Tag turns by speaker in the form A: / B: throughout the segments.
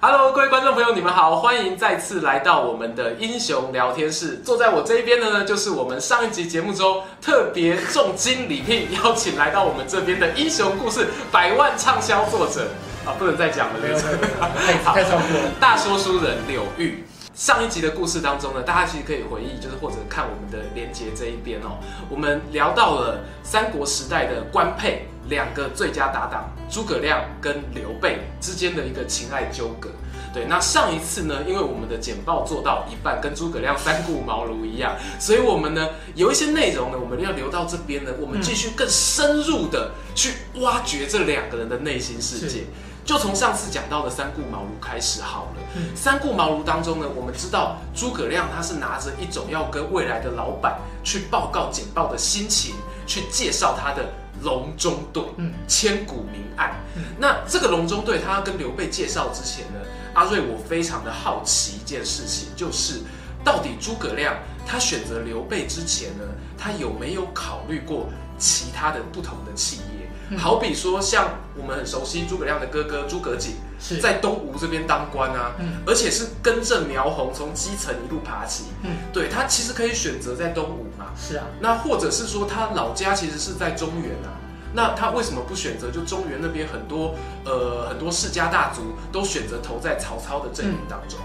A: Hello，各位观众朋友，你们好，欢迎再次来到我们的英雄聊天室。坐在我这一边的呢，就是我们上一集节目中特别重金礼聘邀请来到我们这边的英雄故事百万畅销作者啊，不能再讲了，
B: 没有
A: 对
B: 没
A: 不
B: 有
A: 对
B: 没有太太超过了。
A: 大说书人柳玉。上一集的故事当中呢，大家其实可以回忆，就是或者看我们的连结这一边哦，我们聊到了三国时代的官配两个最佳搭档诸葛亮跟刘备之间的一个情爱纠葛。对，那上一次呢，因为我们的简报做到一半，跟诸葛亮三顾茅庐一样，所以我们呢有一些内容呢，我们要留到这边呢，我们继续更深入的去挖掘这两个人的内心世界
B: 是。
A: 就从上次讲到的三顾茅庐开始好了。
B: 嗯
A: 三顾茅庐当中呢，我们知道诸葛亮他是拿着一种要跟未来的老板去报告简报的心情，去介绍他的隆中对，
B: 嗯
A: 千古名案。
B: 嗯
A: 那这个隆中对他要跟刘备介绍之前呢，阿瑞我非常的好奇一件事情，就是到底诸葛亮他选择刘备之前呢，他有没有考虑过其他的不同的企业？
B: 嗯
A: 好比说，像我们很熟悉诸葛亮的哥哥诸葛瑾，
B: 是
A: 在东吴这边当官啊，
B: 嗯
A: 而且是根正苗红，从基层一路爬起。
B: 嗯
A: 对他其实可以选择在东吴嘛，
B: 是啊，
A: 那或者是说他老家其实是在中原啊，那他为什么不选择就中原那边很多呃很多世家大族都选择投在曹操的阵营当中？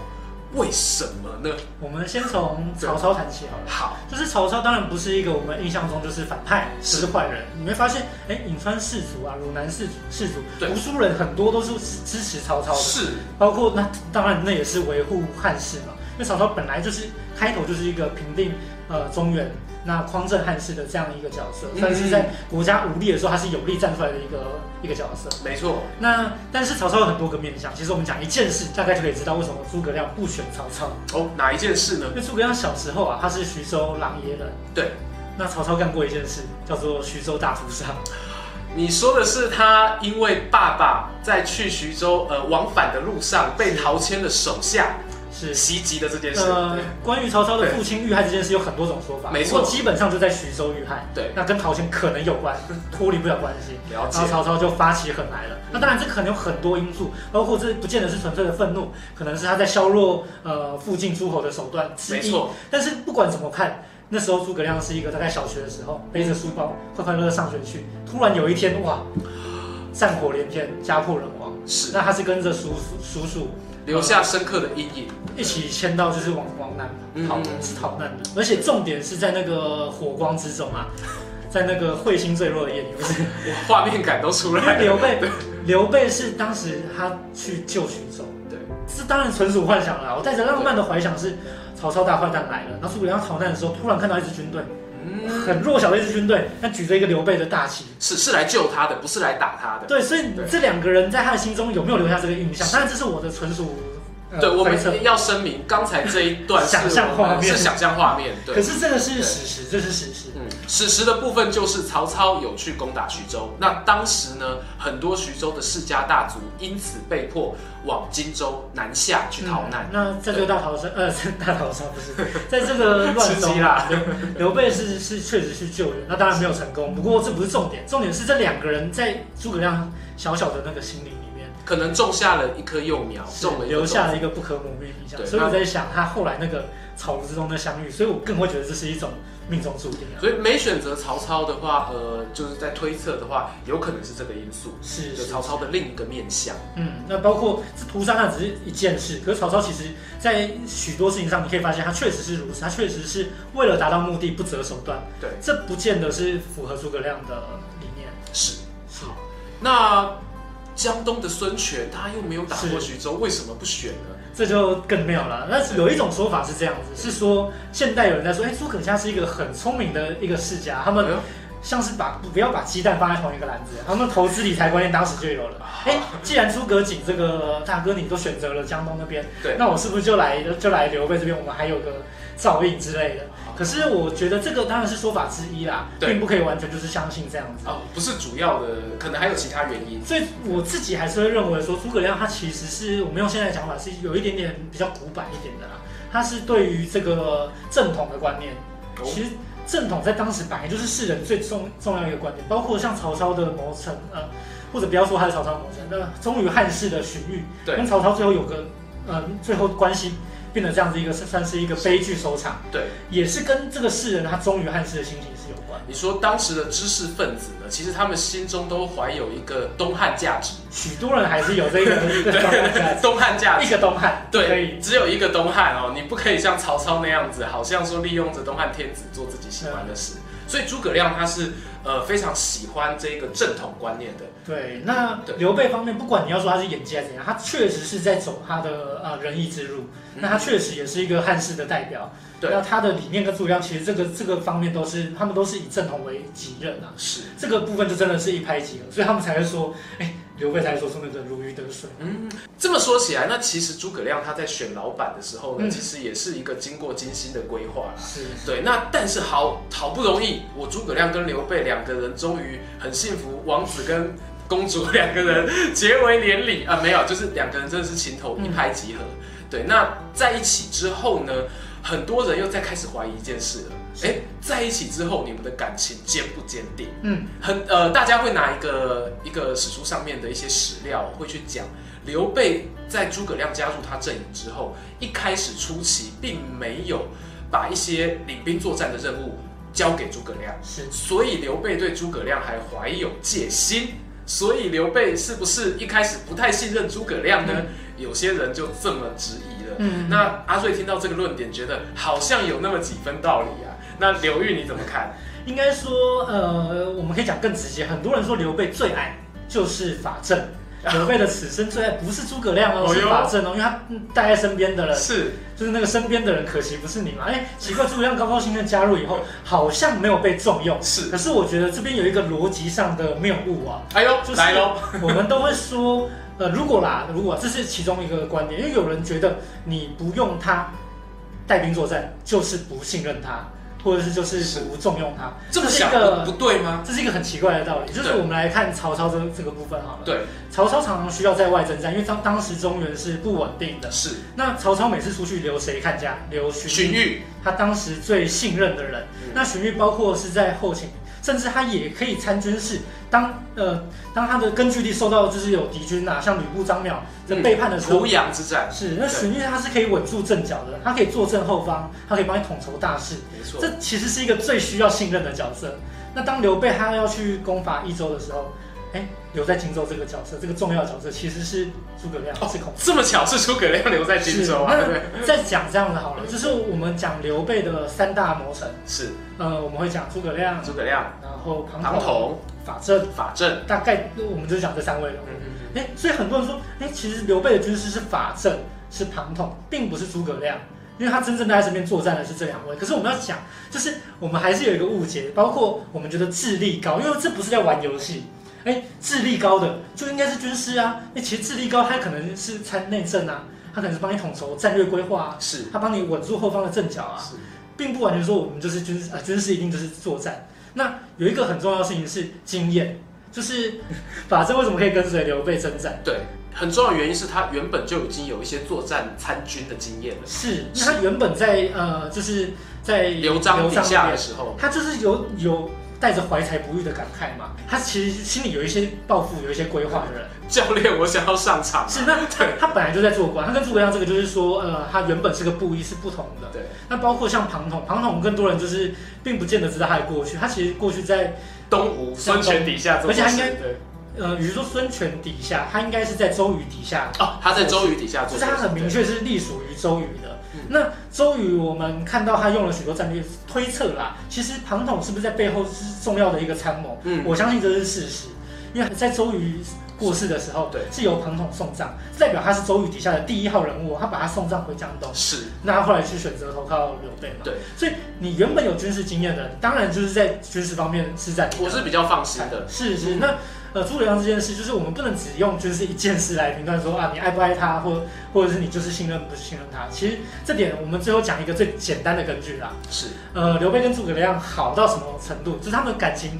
A: 为什么呢？
B: 我们先从曹操谈起好了。
A: 好，
B: 就是曹操当然不是一个我们印象中就是反派，
A: 是
B: 是坏人。你会发现，哎，颍川士族啊，汝南氏族士族，
A: 对
B: 读书人很多都是支支持曹操的，
A: 是
B: 包括那当然那也是维护汉室嘛。那曹操本来就是开头就是一个平定呃中原那匡正汉室的这样一个角色，
A: 嗯
B: 算是在国家无力的时候，他是有力站出来的一个一个角色。
A: 没错，
B: 那但是曹操有很多个面相，其实我们讲一件事，大概就可以知道为什么诸葛亮不选曹操。
A: 哦，哪一件事呢
B: 因？为诸葛亮小时候啊，他是徐州狼野人，
A: 对，
B: 那曹操干过一件事，叫做徐州大屠杀。
A: 你说的是他因为爸爸在去徐州呃往返的路上被陶谦的手下
B: 是，
A: 袭击的这件事。
B: 呃
A: 对，
B: 关于曹操的父亲遇害这件事有很多种说法，
A: 没错
B: 不过基本上就在徐州遇害。
A: 对
B: 那跟陶谦可能有关，脱离不了关系。
A: 了解
B: 然后曹操就发起狠来了。那当然，这可能有很多因素，包括这不见得是纯粹的愤怒，可能是他在削弱呃附近诸侯的手段之
A: 没
B: 一。
A: 错，
B: 但是不管怎么看，那时候诸葛亮是一个大概小学的时候，背着书包快快乐乐上学去，突然有一天哇，战火连天，家破人亡。
A: 是
B: 那他是跟着叔叔叔叔
A: 留下深刻的阴影。
B: 一起迁到就是往往南
A: 嗯
B: 逃
A: 嗯
B: 是逃难的，而且重点是在那个火光之中啊，在那个彗星坠落的夜里，不 是
A: 我画面感都出
B: 因
A: 来
B: 为
A: 了。
B: 刘备，刘备是当时他去救徐州，
A: 对，
B: 这当然纯属幻想啦。我带着浪漫的怀想是，曹操大坏蛋来了，然后诸葛亮逃难的时候，突然看到一支军队，
A: 嗯，
B: 很弱小的一支军队，那举着一个刘备的大旗。
A: 是是来救他的，不是来打他的。
B: 对，所以
A: 对
B: 这两个人在他的心中有没有留下这个印象？
A: 是
B: 当然，这是我的纯属呃
A: 对，我
B: 猜测
A: 们要声明，刚才这一段是
B: 想象
A: 我们
B: 画面
A: 是想象画面。
B: 可
A: 对，
B: 是这个是史实，这是史实。
A: 嗯，史实的部分就是曹操有去攻打徐州，那当时呢，很多徐州的世家大族因此被迫往荆州南下去逃难。
B: 嗯那在这个大逃杀，呃，在大逃杀不是， 在这个嗯 乱
A: 吃
B: 中
A: 鸡啦，
B: 刘刘备是是确实去救援，那当然没有成
A: 嗯
B: 功。不过这不是重点，重点是这两个人在诸葛亮小小的那个心灵里面，
A: 可能种下了一颗幼苗，种了一个
B: 留下
A: 种
B: 了一个不可磨灭的印象
A: 对。
B: 所以
A: 那
B: 我在想，他后来那个草庐之中的相遇，所以我更会觉得这是一种命中注定
A: 子。
B: 啊。
A: 所以没选择曹操的话，呃，就是在推测的话，有可能是这个因素，
B: 是，
A: 就是曹操的另一个面相。
B: 嗯，那包括这屠杀那只是一件事，可是曹操其实在许多事情上，你可以发现他确实是如此，他确实是为了达到目的不择手段。
A: 对，
B: 这不见得是符合诸葛亮的理念。
A: 是。
B: 是，
A: 那江东的孙权他又没有打过
B: 是
A: 徐州，为什么不选呢？
B: 这就更妙了。那有一种说法是这样子，是说现代有人在说，哎，诸葛家是一个很聪明的一个世家，他们
A: 哎呦
B: 像是把不要把鸡蛋放在同一个篮子，他们投资理财观念当时就有了。哎、既然诸葛瑾这个大哥你都选择了江东那边，
A: 对
B: 那我是不是就来就来刘备这边？我们还有个照应之类的。
A: 啊
B: 可是我觉得这个当然是说法之一啦，
A: 对
B: 并不可以完全就是相信这样子。
A: 哦，不是主要的，可能还有其他原因。
B: 所以我自己还是会认为说，诸葛亮他其实是我们用现在的讲法是有一点点比较古板一点的啦，他是对于这个正统的观念，
A: 哦
B: 其实正统在当时本来就是世人最重重要一个观点，包括像曹操的谋臣，呃，或者不要说他是曹操的谋臣，那忠于汉室的荀彧，
A: 对
B: 跟曹操最后有个，呃，最后关系变得这样子一个算是一个悲剧收场，
A: 对，
B: 也是跟这个世人他忠于汉室的心情是有关。
A: 你说当时的知识分子呢，其实他们心中都怀有一个东汉价 值，
B: 许多人还是有这个一个东汉，
A: 东汉价值
B: 一。个东汉，可以
A: 对，只有一个东汉哦，你不可以像曹操那样子，好像说利用着东汉天子做自己喜欢的事。
B: 嗯
A: 所以诸葛亮他是呃非常喜欢这个正统观念的，
B: 对，那
A: 对
B: 刘备方面，不管你要说他是演技还是怎样，他确实是在走他的呃仁义之路。那他确实也是一个汉室的代表。
A: 嗯对
B: 那他的理念跟诸葛亮其实这个这个方面都是，他们都是以正统为己任啊。
A: 是，
B: 这个部分就真的是一拍即合，所以他们才会说，哎，刘备才说出那个如鱼得水。
A: 嗯，这么说起来，那其实诸葛亮他在选老板的时候呢，
B: 嗯
A: 其实也是一个经过精心的规划啦。
B: 是，
A: 对，那但是好好不容易，我诸葛亮跟刘备两个人终于很幸福，王子跟公主两个人结为连理啊，没有，就是两个人真的是情投一拍即合。对，那在一起之后呢，很多人又在开始怀疑一件事了，哎，在一起之后你们的感情坚不坚定？
B: 嗯，
A: 很呃，大家会拿一个一个史书上面的一些史料会去讲，刘备在诸葛亮加入他阵营之后，一开始初期并没有把一些领兵作战的任务交给诸葛亮，
B: 是，
A: 所以刘备对诸葛亮还怀有戒心。所以刘备是不是一开始不太信任诸葛亮呢？有些人就这么质疑了。
B: 嗯
A: 那阿瑞听到这个论点，觉得好像有那么几分道理啊。那刘玉你怎么看？
B: 应该说，呃，我们可以讲更直接，很多人说刘备最爱就是法正。 刘备的此生最爱不是诸葛亮哦，
A: 哦哟
B: 是法正哦，因为他嗯带在身边的人
A: 是
B: 就是那个身边的人，可惜不是你嘛。哎、奇怪，诸葛亮高高兴兴地加入以后，好像没有被重用。
A: 是，
B: 可是我觉得这边有一个逻辑上的谬误啊，
A: 哎呦，
B: 就是
A: 来喽！
B: 我们都会说， 呃，如果啦，如果这是其中一个观点，因为有人觉得你不用他带兵作战，就是不信任他，或者是就是不重用他，
A: 这么
B: 是一
A: 想
B: 个
A: 不不对吗？
B: 这是一个很奇怪的道理。就是
A: 对
B: 我们来看曹操这这个部分好了，
A: 对，
B: 曹操常常需要在外征战，因为当当时中原是不稳定的。
A: 是
B: 那曹操每次出去留谁看家？留荀彧
A: 荀彧，
B: 他当时最信任的人。
A: 嗯
B: 那荀彧包括是在后勤，甚至他也可以参军事。当呃当他的根据地受到就是有敌军啊，像吕布、张邈
A: 嗯
B: 的背叛的时候，
A: 濮阳之战，
B: 是那荀彧他是可以稳住阵脚的，他可以坐镇后方，他可以帮你统筹大事。
A: 没错，
B: 这其实是一个最需要信任的角色。那当刘备他要去攻伐益州的时候，哎，留在荆州这个角色，这个重要角色其实是诸葛亮，是孔
A: 哦，这么巧是诸葛亮留在荆州啊？
B: 是
A: 对，
B: 再讲这样的好了，就是我们讲刘备的三大谋臣，
A: 是
B: 呃，我们会讲诸葛亮，
A: 诸葛亮、
B: 然后庞
A: 庞
B: 统、
A: 统、
B: 法正，
A: 法正，
B: 大概我们就讲这三位了
A: 嗯。嗯
B: 哎，所以很多人说，哎，其实刘备的军师是法正，是庞统，并不是诸葛亮，因为他真正在他身边作战的是这两位。可是我们要讲，就是我们还是有一个误解，包括我们觉得智力高，因为这不是在玩游戏。哎，智力高的就应该是军师啊。哎，其实智力高，他可能是参内政啊，他可能是帮你统筹战略规划啊，
A: 嗯，是
B: 他帮你稳住后方的阵脚啊。
A: 是，
B: 并不完全说我们就是军事啊、军事一定就是作战。那有一个很重要的事情是经验，就是 法正为什么可以跟随刘备征战？
A: 对，很重要的原因是他原本就已经有一些作战参军的经验了。
B: 是，因为他原本在呃，就是在
A: 刘璋
B: 刘
A: 底
B: 璋那
A: 下的
B: 边
A: 时候，
B: 他就是有有带着怀才不遇的感慨嘛，他其实心里有一些抱负，有一些规划的人。
A: 教练，我想要上场。啊
B: 是，那他他本来就在做官，他跟诸葛亮这个就是说，呃，他原本是个布衣是不同的。
A: 对，
B: 那包括像庞统，庞统更多人就是并不见得知道他的过去，他其实过去在
A: 东吴孙权底下做
B: 而且
A: 事，
B: 他应该
A: 对
B: 呃，比如说孙权底下，他应该是在周瑜底下，
A: 哦，他在周瑜底下
B: 就
A: 做
B: 是
A: 事，
B: 他很明确是隶属于周瑜的
A: 嗯。
B: 那周瑜，我们看到他用了许多战略推测啦，其实庞统是不是在背后是重要的一个参谋？
A: 对，嗯，
B: 我相信这是事实，因为在周瑜过世的时候，
A: 对
B: 是由庞统送葬，代表他是周瑜底下的第一号人物，他把他送葬回江东。
A: 是
B: 那他后来去选择投靠刘备嘛？
A: 对，
B: 所以你原本有军事经验的，当然就是在军事方面是在你的
A: 我是比较放心的，
B: 是是，
A: 嗯
B: 那呃，诸葛亮这件事，就是我们不能只用就是一件事来评断说啊，你爱不爱他，或或者是你就是信任不信任他。其实这点我们最后讲一个最简单的根据啦。
A: 是
B: 呃，刘备跟诸葛亮好到什么程度？就是他们感情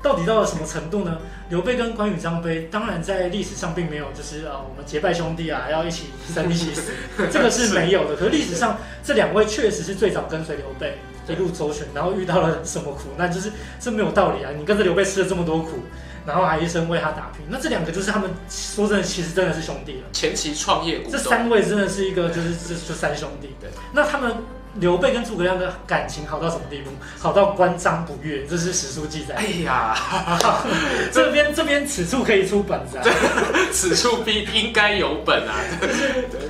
B: 到底到了什么程度呢？刘备跟关羽、张飞，当然在历史上并没有就是呃我们结拜兄弟啊，要一起生一起 死，这个是没有的。可是历史上这两位确实是最早跟随刘备。一路周旋，然后遇到了什么苦，那就是这没有道理啊！你跟着刘备吃了这么多苦，然后还一生为他打拼，那这两个就是他们说真的，其实真的是兄弟了。
A: 前期创业股
B: 这
A: 东，
B: 三位真的是一个就是就就三兄弟。
A: 对，
B: 那他们刘备跟诸葛亮的感情好到什么地步？好到官章不悦，这是史书记载。
A: 哎呀，
B: 这边这边此处可以出本子啊！
A: 此处必应该有本啊， 对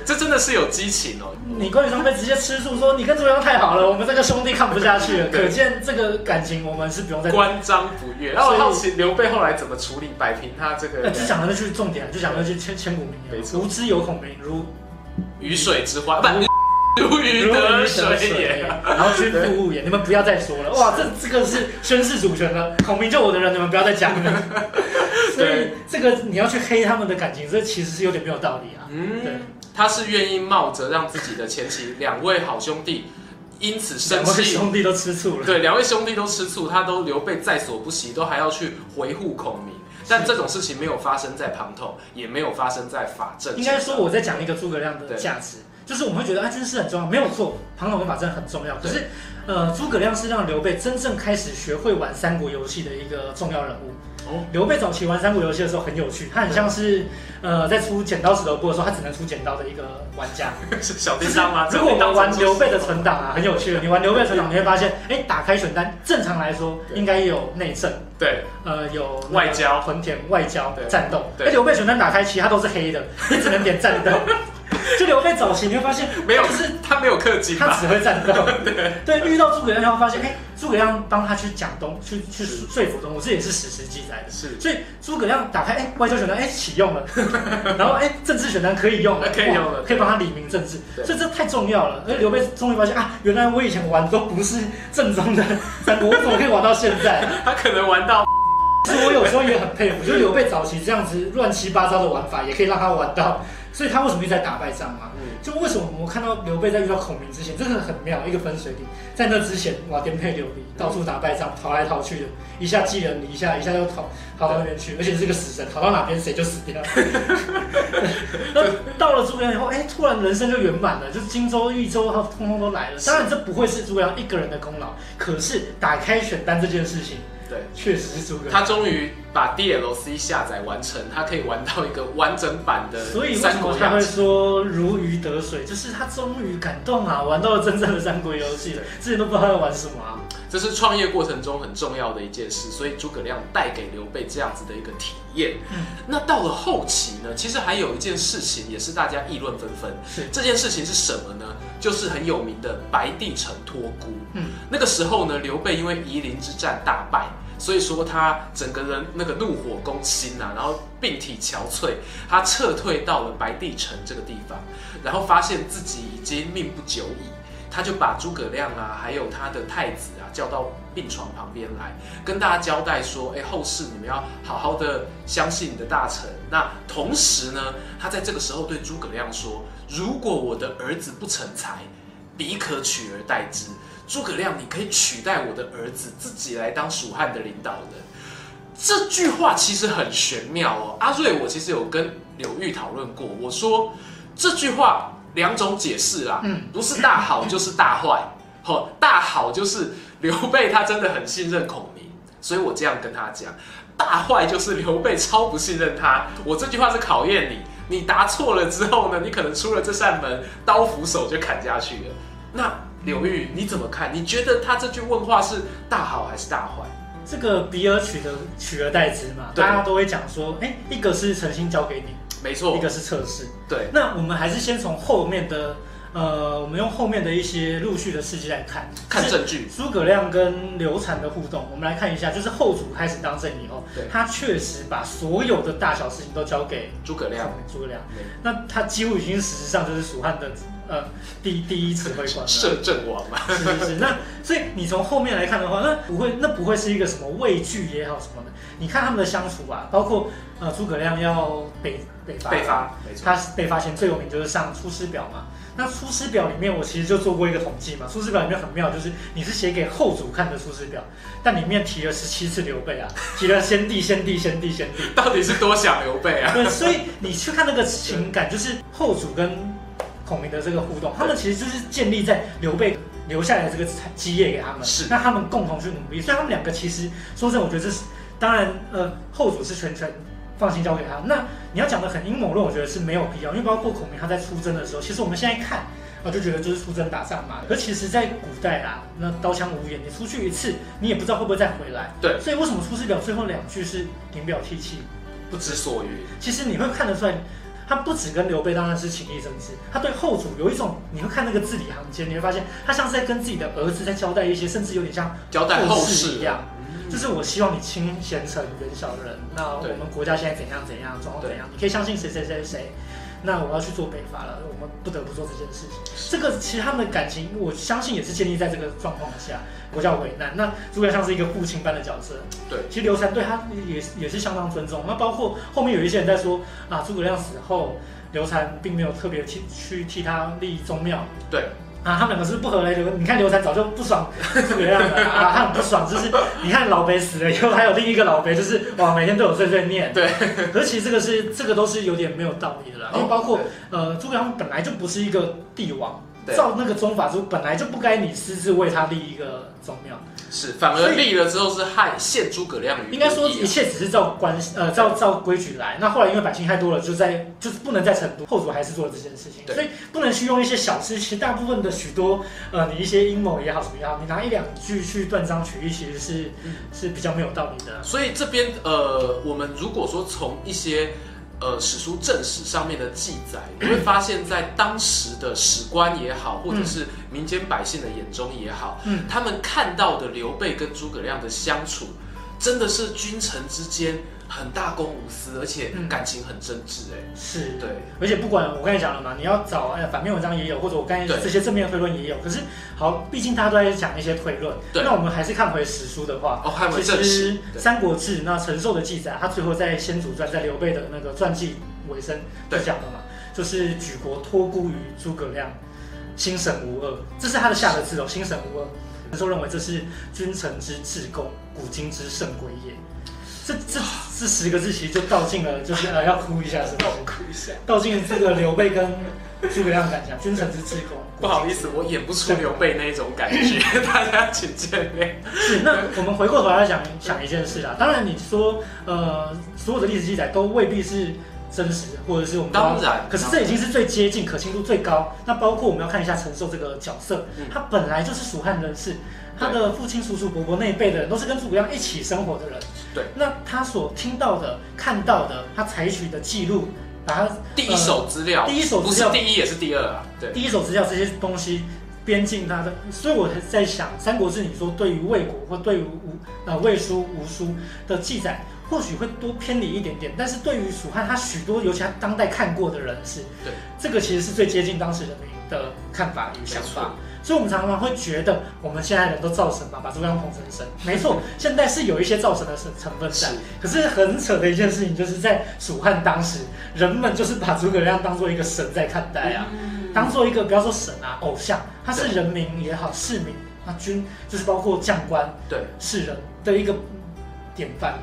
A: 这真的是有激情哦。
B: 你关羽张飞直接吃醋说你跟诸葛亮太好了，我们这个兄弟看不下去了。
A: 对
B: 可见这个感情我们是不用再
A: 关张不悦，然后我好奇刘备后来怎么处理摆平他这
B: 呃，
A: 个
B: 就讲的那句重点，就讲那句千千古名
A: 没
B: 言：
A: 错
B: 无知有孔明，如
A: 鱼水之欢，不如鱼得水也。
B: 然后君父误也，你们不要再说了。哇，这这个是宣誓主权了，孔明就我的人，你们不要再讲 了。所以
A: 对
B: 这个你要去黑他们的感情，这其实是有点没有道理啊。对
A: 嗯，他是愿意冒着让自己的前妻两位好兄弟因此生
B: 两位
A: 气，
B: 兄弟都吃醋了，
A: 对，两位兄弟都吃醋，他都刘备在所不惜，都还要去维护孔明。但这种事情没有发生在庞统，也没有发生在法正。
B: 应该说，我在讲一个诸葛亮的
A: 对
B: 价值，就是我们会觉得啊，军事很重要，没有错，庞统跟法真很重要。可是，呃，诸葛亮是让刘备真正开始学会玩三国游戏的一个重要人物。
A: 哦
B: 刘备早期玩三国游戏的时候很有趣，他很像是
A: 啊
B: 呃在出剪刀石头布的时候，他只能出剪刀的一个玩家。
A: 是小叮当吗？
B: 如果我们玩刘备的
A: 存，
B: 存档啊，很有趣的。你玩刘备的 存档，你会发现，哎、打开选单，正常来说
A: 对
B: 应该有内政，
A: 对，
B: 呃，有那
A: 外
B: 个
A: 交
B: 屯田、外交
A: 对、
B: 战斗。
A: 对
B: 哎，刘备选单打开，其他都是黑 的，你只能点战斗。就刘备早期，你会发现哎
A: 没有
B: 就是
A: 他没有氪金
B: 他
A: 吧？
B: 只 会战斗。对，遇到诸葛亮，他会发现，哎，诸葛亮帮他去讲东，去去
A: 是
B: 说服东吴，这也是史实记载的。
A: 是
B: 所以诸葛亮打开，哎，外交选单，哎，启用了， 然后哎，政治选单可以用了，
A: 可以用
B: 哇
A: 了
B: 可以帮他理明政治，
A: 对
B: 所以这太重要了。哎而刘备终于发现啊，原来我以前玩都不是正宗的 三国，我怎么可以玩到现在？
A: 他可能玩到
B: 其实我有时候也很佩服，就是刘备早期这样子乱七八糟的玩法，也可以让他玩到，所以他为什么一直在打败仗嘛？
A: 嗯
B: 就为什么我看到刘备在遇到孔明之前，这个很妙，一个分水岭，在那之前哇颠沛流离，到处打败仗，逃来逃去的，一下寄人篱下，一下又逃逃到那边去，而且是个死神，逃到哪边谁就死掉。那 到了诸葛亮以后，哎、突然人生就圆满了，就是荆州、益州，他通通都来了。
A: 是
B: 当然这不会是诸葛亮一个人的功劳，可是打开选单这件事情，
A: 对。
B: 确实是诸葛亮。
A: 他终于把 DLC 下载完成，他可以玩到一个完整版的
B: 所以为什
A: 三
B: 么
A: 国
B: 他
A: 亚
B: 会
A: 棋。
B: 说如鱼得水？就是他终于感动啊，玩到了真正的三国游戏了
A: 对。
B: 之前都不知道他在玩什么啊。
A: 这是创业过程中很重要的一件事，所以诸葛亮带给刘备这样子的一个体验。
B: 嗯
A: 那到了后期呢，其实还有一件事情也是大家议论纷纷。
B: 是
A: 这件事情是什么呢？就是很有名的白帝城托孤。
B: 嗯，
A: 那个时候呢，刘备因为夷陵之战大败，所以说他整个人那个怒火攻心呐、然后病体憔悴，他撤退到了白帝城这个地方，然后发现自己已经命不久矣。他就把诸葛亮啊，还有他的太子啊，叫到病床旁边来，跟大家交代说：哎，后世你们要好好的相信你的大臣。那同时呢，他在这个时候对诸葛亮说：如果我的儿子不成才，彼可取而代之。诸葛亮，你可以取代我的儿子，自己来当蜀汉的领导人。这句话其实很玄妙哦。阿瑞，我其实有跟柳玉讨论过，我说这句话两种解释啦，
B: 嗯
A: 不是大好就是大 坏。好、大好就是刘备他真的很信任孔明，所以我这样跟他讲；大坏就是刘备超不信任他。我这句话是考验你，你答错了之后呢，你可能出了这扇门，刀斧手就砍下去了。那柳玉你怎么看？你觉得他这句问话是大好还是大坏？
B: 这个比尔取的取而代之嘛，
A: 对
B: 大家都会讲说，哎、一个是诚心交给你，
A: 没错
B: 一，个是测试。
A: 对。
B: 那我们还是先从后面的呃，我们用后面的一些陆续的事迹来看，
A: 看
B: 就是
A: 证据，
B: 诸葛亮跟刘禅的互动，我们来看一下，就是后主开始当政以后
A: 对，
B: 他确实把所有的大小事情都交给
A: 诸葛亮。
B: 诸葛亮，那他几乎已经实质上就是蜀汉的呃第第一指挥官了。
A: 摄政王嘛，
B: 是是是，那所以你从后面来看的话，那不会，那不会是一个什么畏惧也好什么的。你看他们的相处啊，包括呃诸葛亮要北北伐，
A: 被，发，没错，
B: 他北伐前最有名就是上《出师表》嘛。那《出师表》里面我其实就做过一个统计嘛，《出师表》里面很妙，就是你是写给后主看的《出师表》，但里面提了十七次刘备啊，提了先帝、先帝、先帝、先帝。
A: 到底是多想刘备啊？
B: 对，所以你去看那个情感，就是后主跟孔明的这个互动，他们其实就是建立在刘备留下来这个基业给他们，
A: 是
B: 那他们共同去努力，所以他们两个其实说真的，我觉得这是当然，呃，后主是全权放心交给他。那你要讲的很阴谋论，我觉得是没有必要，因为包括孔明他在出征的时候，其实我们现在看。啊，就觉得就是出征打仗嘛。而其实，在古代啦，那刀枪无眼，你出去一次，你也不知道会不会再回来。
A: 对
B: 所以为什么《出师表》最后两句是临表涕泣？
A: 不知所云，
B: 其实你会看得出来，他不只跟刘备当然是情义深知，他对后主有一种，你会看那个字里行间，你会发现他像是在跟自己的儿子在交代一些，甚至有点像
A: 交代后
B: 事
A: 事
B: 一样。就是我希望你亲贤臣远小人，那我
A: 对
B: 们国家现在怎样怎样，状况怎样，你可以相信谁谁谁谁。那我要去做北伐了，我们不得不做这件事情。这个其实他们的感情，我相信也是建立在这个状况下，国家有危难。那诸葛亮像是一个父亲般的角色，
A: 对
B: 其实刘禅对他也也是相当尊重。那包括后面有一些人在说啊，诸葛亮死后，刘禅并没有特别去去替他立宗庙。
A: 对，
B: 啊，他们两个是不合来的。你看刘禅早就不爽诸葛亮了啊，他很不爽，就是你看老北死了以后，还有另一个老北，就是哇，每天对我碎碎念。
A: 对，
B: 可是其实这个是这个都是有点没有道理的嗯啦，因为包括
A: 哦
B: 呃，诸葛亮本来就不是一个帝王，
A: 对
B: 照那个宗法就本来就不该你私自为他立一个宗庙，
A: 是反而立了之后是害陷诸葛亮于
B: 应该
A: 不
B: 说
A: 义
B: 一
A: 啊
B: 切只是照关系呃照照规矩来。那后来因为百姓太多了，就在就是不能在成都，后主还是做了这件事情，
A: 对
B: 所以不能去用一些小事。其实大部分的许多呃你一些阴谋也好什么也好，你拿一两句去断章取义，其实是、
A: 嗯
B: 是比较没有道理的啦。
A: 所以这边呃，我们如果说从一些呃史书正史上面的记载，你会发现在当时的史官也好，或者是民间百姓的眼中也好，
B: 嗯
A: 他们看到的刘备跟诸葛亮的相处，真的是君臣之间很大公无私，而且
B: 嗯
A: 感情很真挚、哎、
B: 是。
A: 对，
B: 而且不管我刚才讲了嘛，你要找哎反面文章也有，或者我刚才
A: 对
B: 这些正面推论也有。可是好，毕竟大家都在讲一些推论，
A: 对
B: 那我们还是看回史书的话，
A: 哦，还有
B: 其
A: 正史
B: 实，《 三国志》那陈寿的记载，他最后在《先主传》在刘备的那个传记尾声就
A: 对
B: 讲了嘛，就是举国托孤于诸葛亮，心神无二，这是他的下的字哦，心神无二。陈寿认为这是君臣之至公，古今之圣归也。这这这十个字其实就道尽了，就是呃要哭一下是不是？
A: 哭一下。
B: 道尽这个刘备跟诸葛亮的感情，君臣之至公。
A: 不好意思，我演不出刘备那一种感觉，大家请见谅。
B: 是，那我们回过头来讲想一件事啊，当然你说呃，所有的历史记载都未必是真实，或者是我们要
A: 当然，
B: 可是这已经是最接近可信度最高。那包括我们要看一下陈寿这个角色，
A: 嗯
B: 他本来就是蜀汉人士，他的父亲、叔叔、伯伯那一辈的人都是跟诸葛亮一起生活的人。
A: 对，
B: 那他所听到的、看到的，他采取的记录，把他
A: 第一手资料，
B: 第一手
A: 不
B: 资
A: 是
B: 料
A: 第一也是第二啊，对，
B: 第一手资料这些东西编进他的，所以我在想，《三国志》你说对于魏国或对于吴呃魏书、吴书的记载，或许会多偏离一点点，但是对于蜀汉，他许多尤其他当代看过的人士，
A: 对，
B: 这个其实是最接近当时人民的看法与想
A: 没
B: 法
A: 错。
B: 所以，我们常常会觉得我们现在人都造神嘛，把诸葛亮捧成神。没错，现在是有一些造神的成成分在
A: 是，
B: 可是很扯的一件事情，就是在蜀汉当时，人们就是把诸葛亮当做一个神在看待啊。当做一个不要说神啊偶像，他是
A: 对
B: 人民也好，市民啊军，就是包括将官、
A: 对，
B: 士人的一个典范。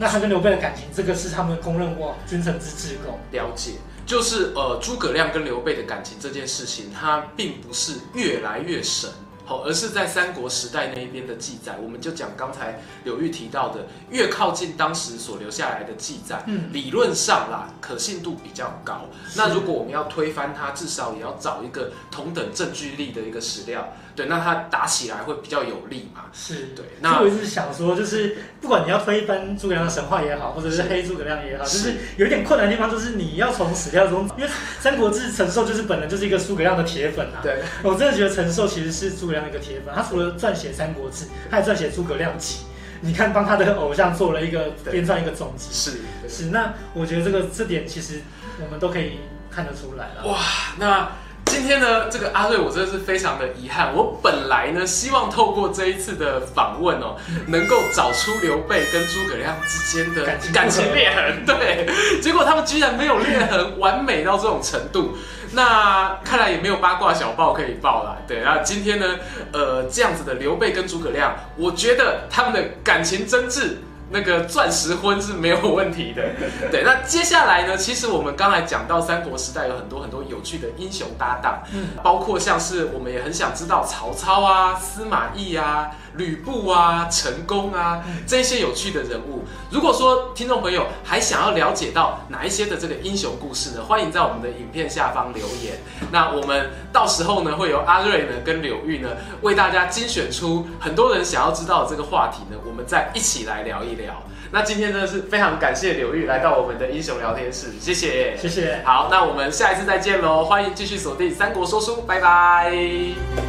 B: 那他跟刘备的感情，这个是他们公认哇君臣之至公。
A: 了解。就是呃，诸葛亮跟刘备的感情这件事情，它并不是越来越神，好、而是在三国时代那一边的记载，我们就讲刚才柳玉提到的，越靠近当时所留下来的记载，
B: 嗯，
A: 理论上啦，可信度比较高。
B: 是
A: 那如果我们要推翻它，至少也要找一个同等证据力的一个史料对，那他打起来会比较有力嘛。
B: 是。
A: 对，
B: 那
A: 那
B: 我一直想说，就是不管你要推翻诸葛亮的神话也好，或者是
A: 是
B: 黑诸葛亮也好，就是是有一点困难的地方，就是你要从史料中，因为《三国志》陈寿就是本人就是一个诸葛亮的铁粉啊。
A: 对
B: 我真的觉得陈寿其实是诸葛亮的一个铁粉，他除了撰写《三国志》，他也撰写《诸葛亮记》。你看，帮他的偶像做了一个
A: 对
B: 编撰一个总集。
A: 是对
B: 是，那我觉得这个这点其实我们都可以看得出来了。
A: 哇，那今天呢，这个阿瑞我真的是非常的遗憾。我本来呢，希望透过这一次的访问哦，能够找出刘备跟诸葛亮之间的
B: 感情
A: 感情裂痕。 对，结果他们居然没有裂痕，完美到这种程度。那看来也没有八卦小报可以报啦。对，那今天呢，呃，这样子的刘备跟诸葛亮，我觉得他们的感情真挚。那个钻石婚是没有问题的，对。那接下来呢？其实我们刚才讲到三国时代有很多很多有趣的英雄搭档，
B: 嗯，
A: 包括像是我们也很想知道曹操啊、司马懿啊、吕布啊、陈宫啊这些有趣的人物。如果说听众朋友还想要了解到哪一些的这个英雄故事呢，欢迎在我们的影片下方留言。那我们到时候呢，会由阿瑞呢跟柳玉呢为大家精选出很多人想要知道的这个话题呢，我们再一起来聊一聊。那今天真的是非常感谢柳玉来到我们的英雄聊天室，谢谢，
B: 谢谢。
A: 好，那我们下一次再见喽！欢迎继续锁定《三国说书》，拜拜。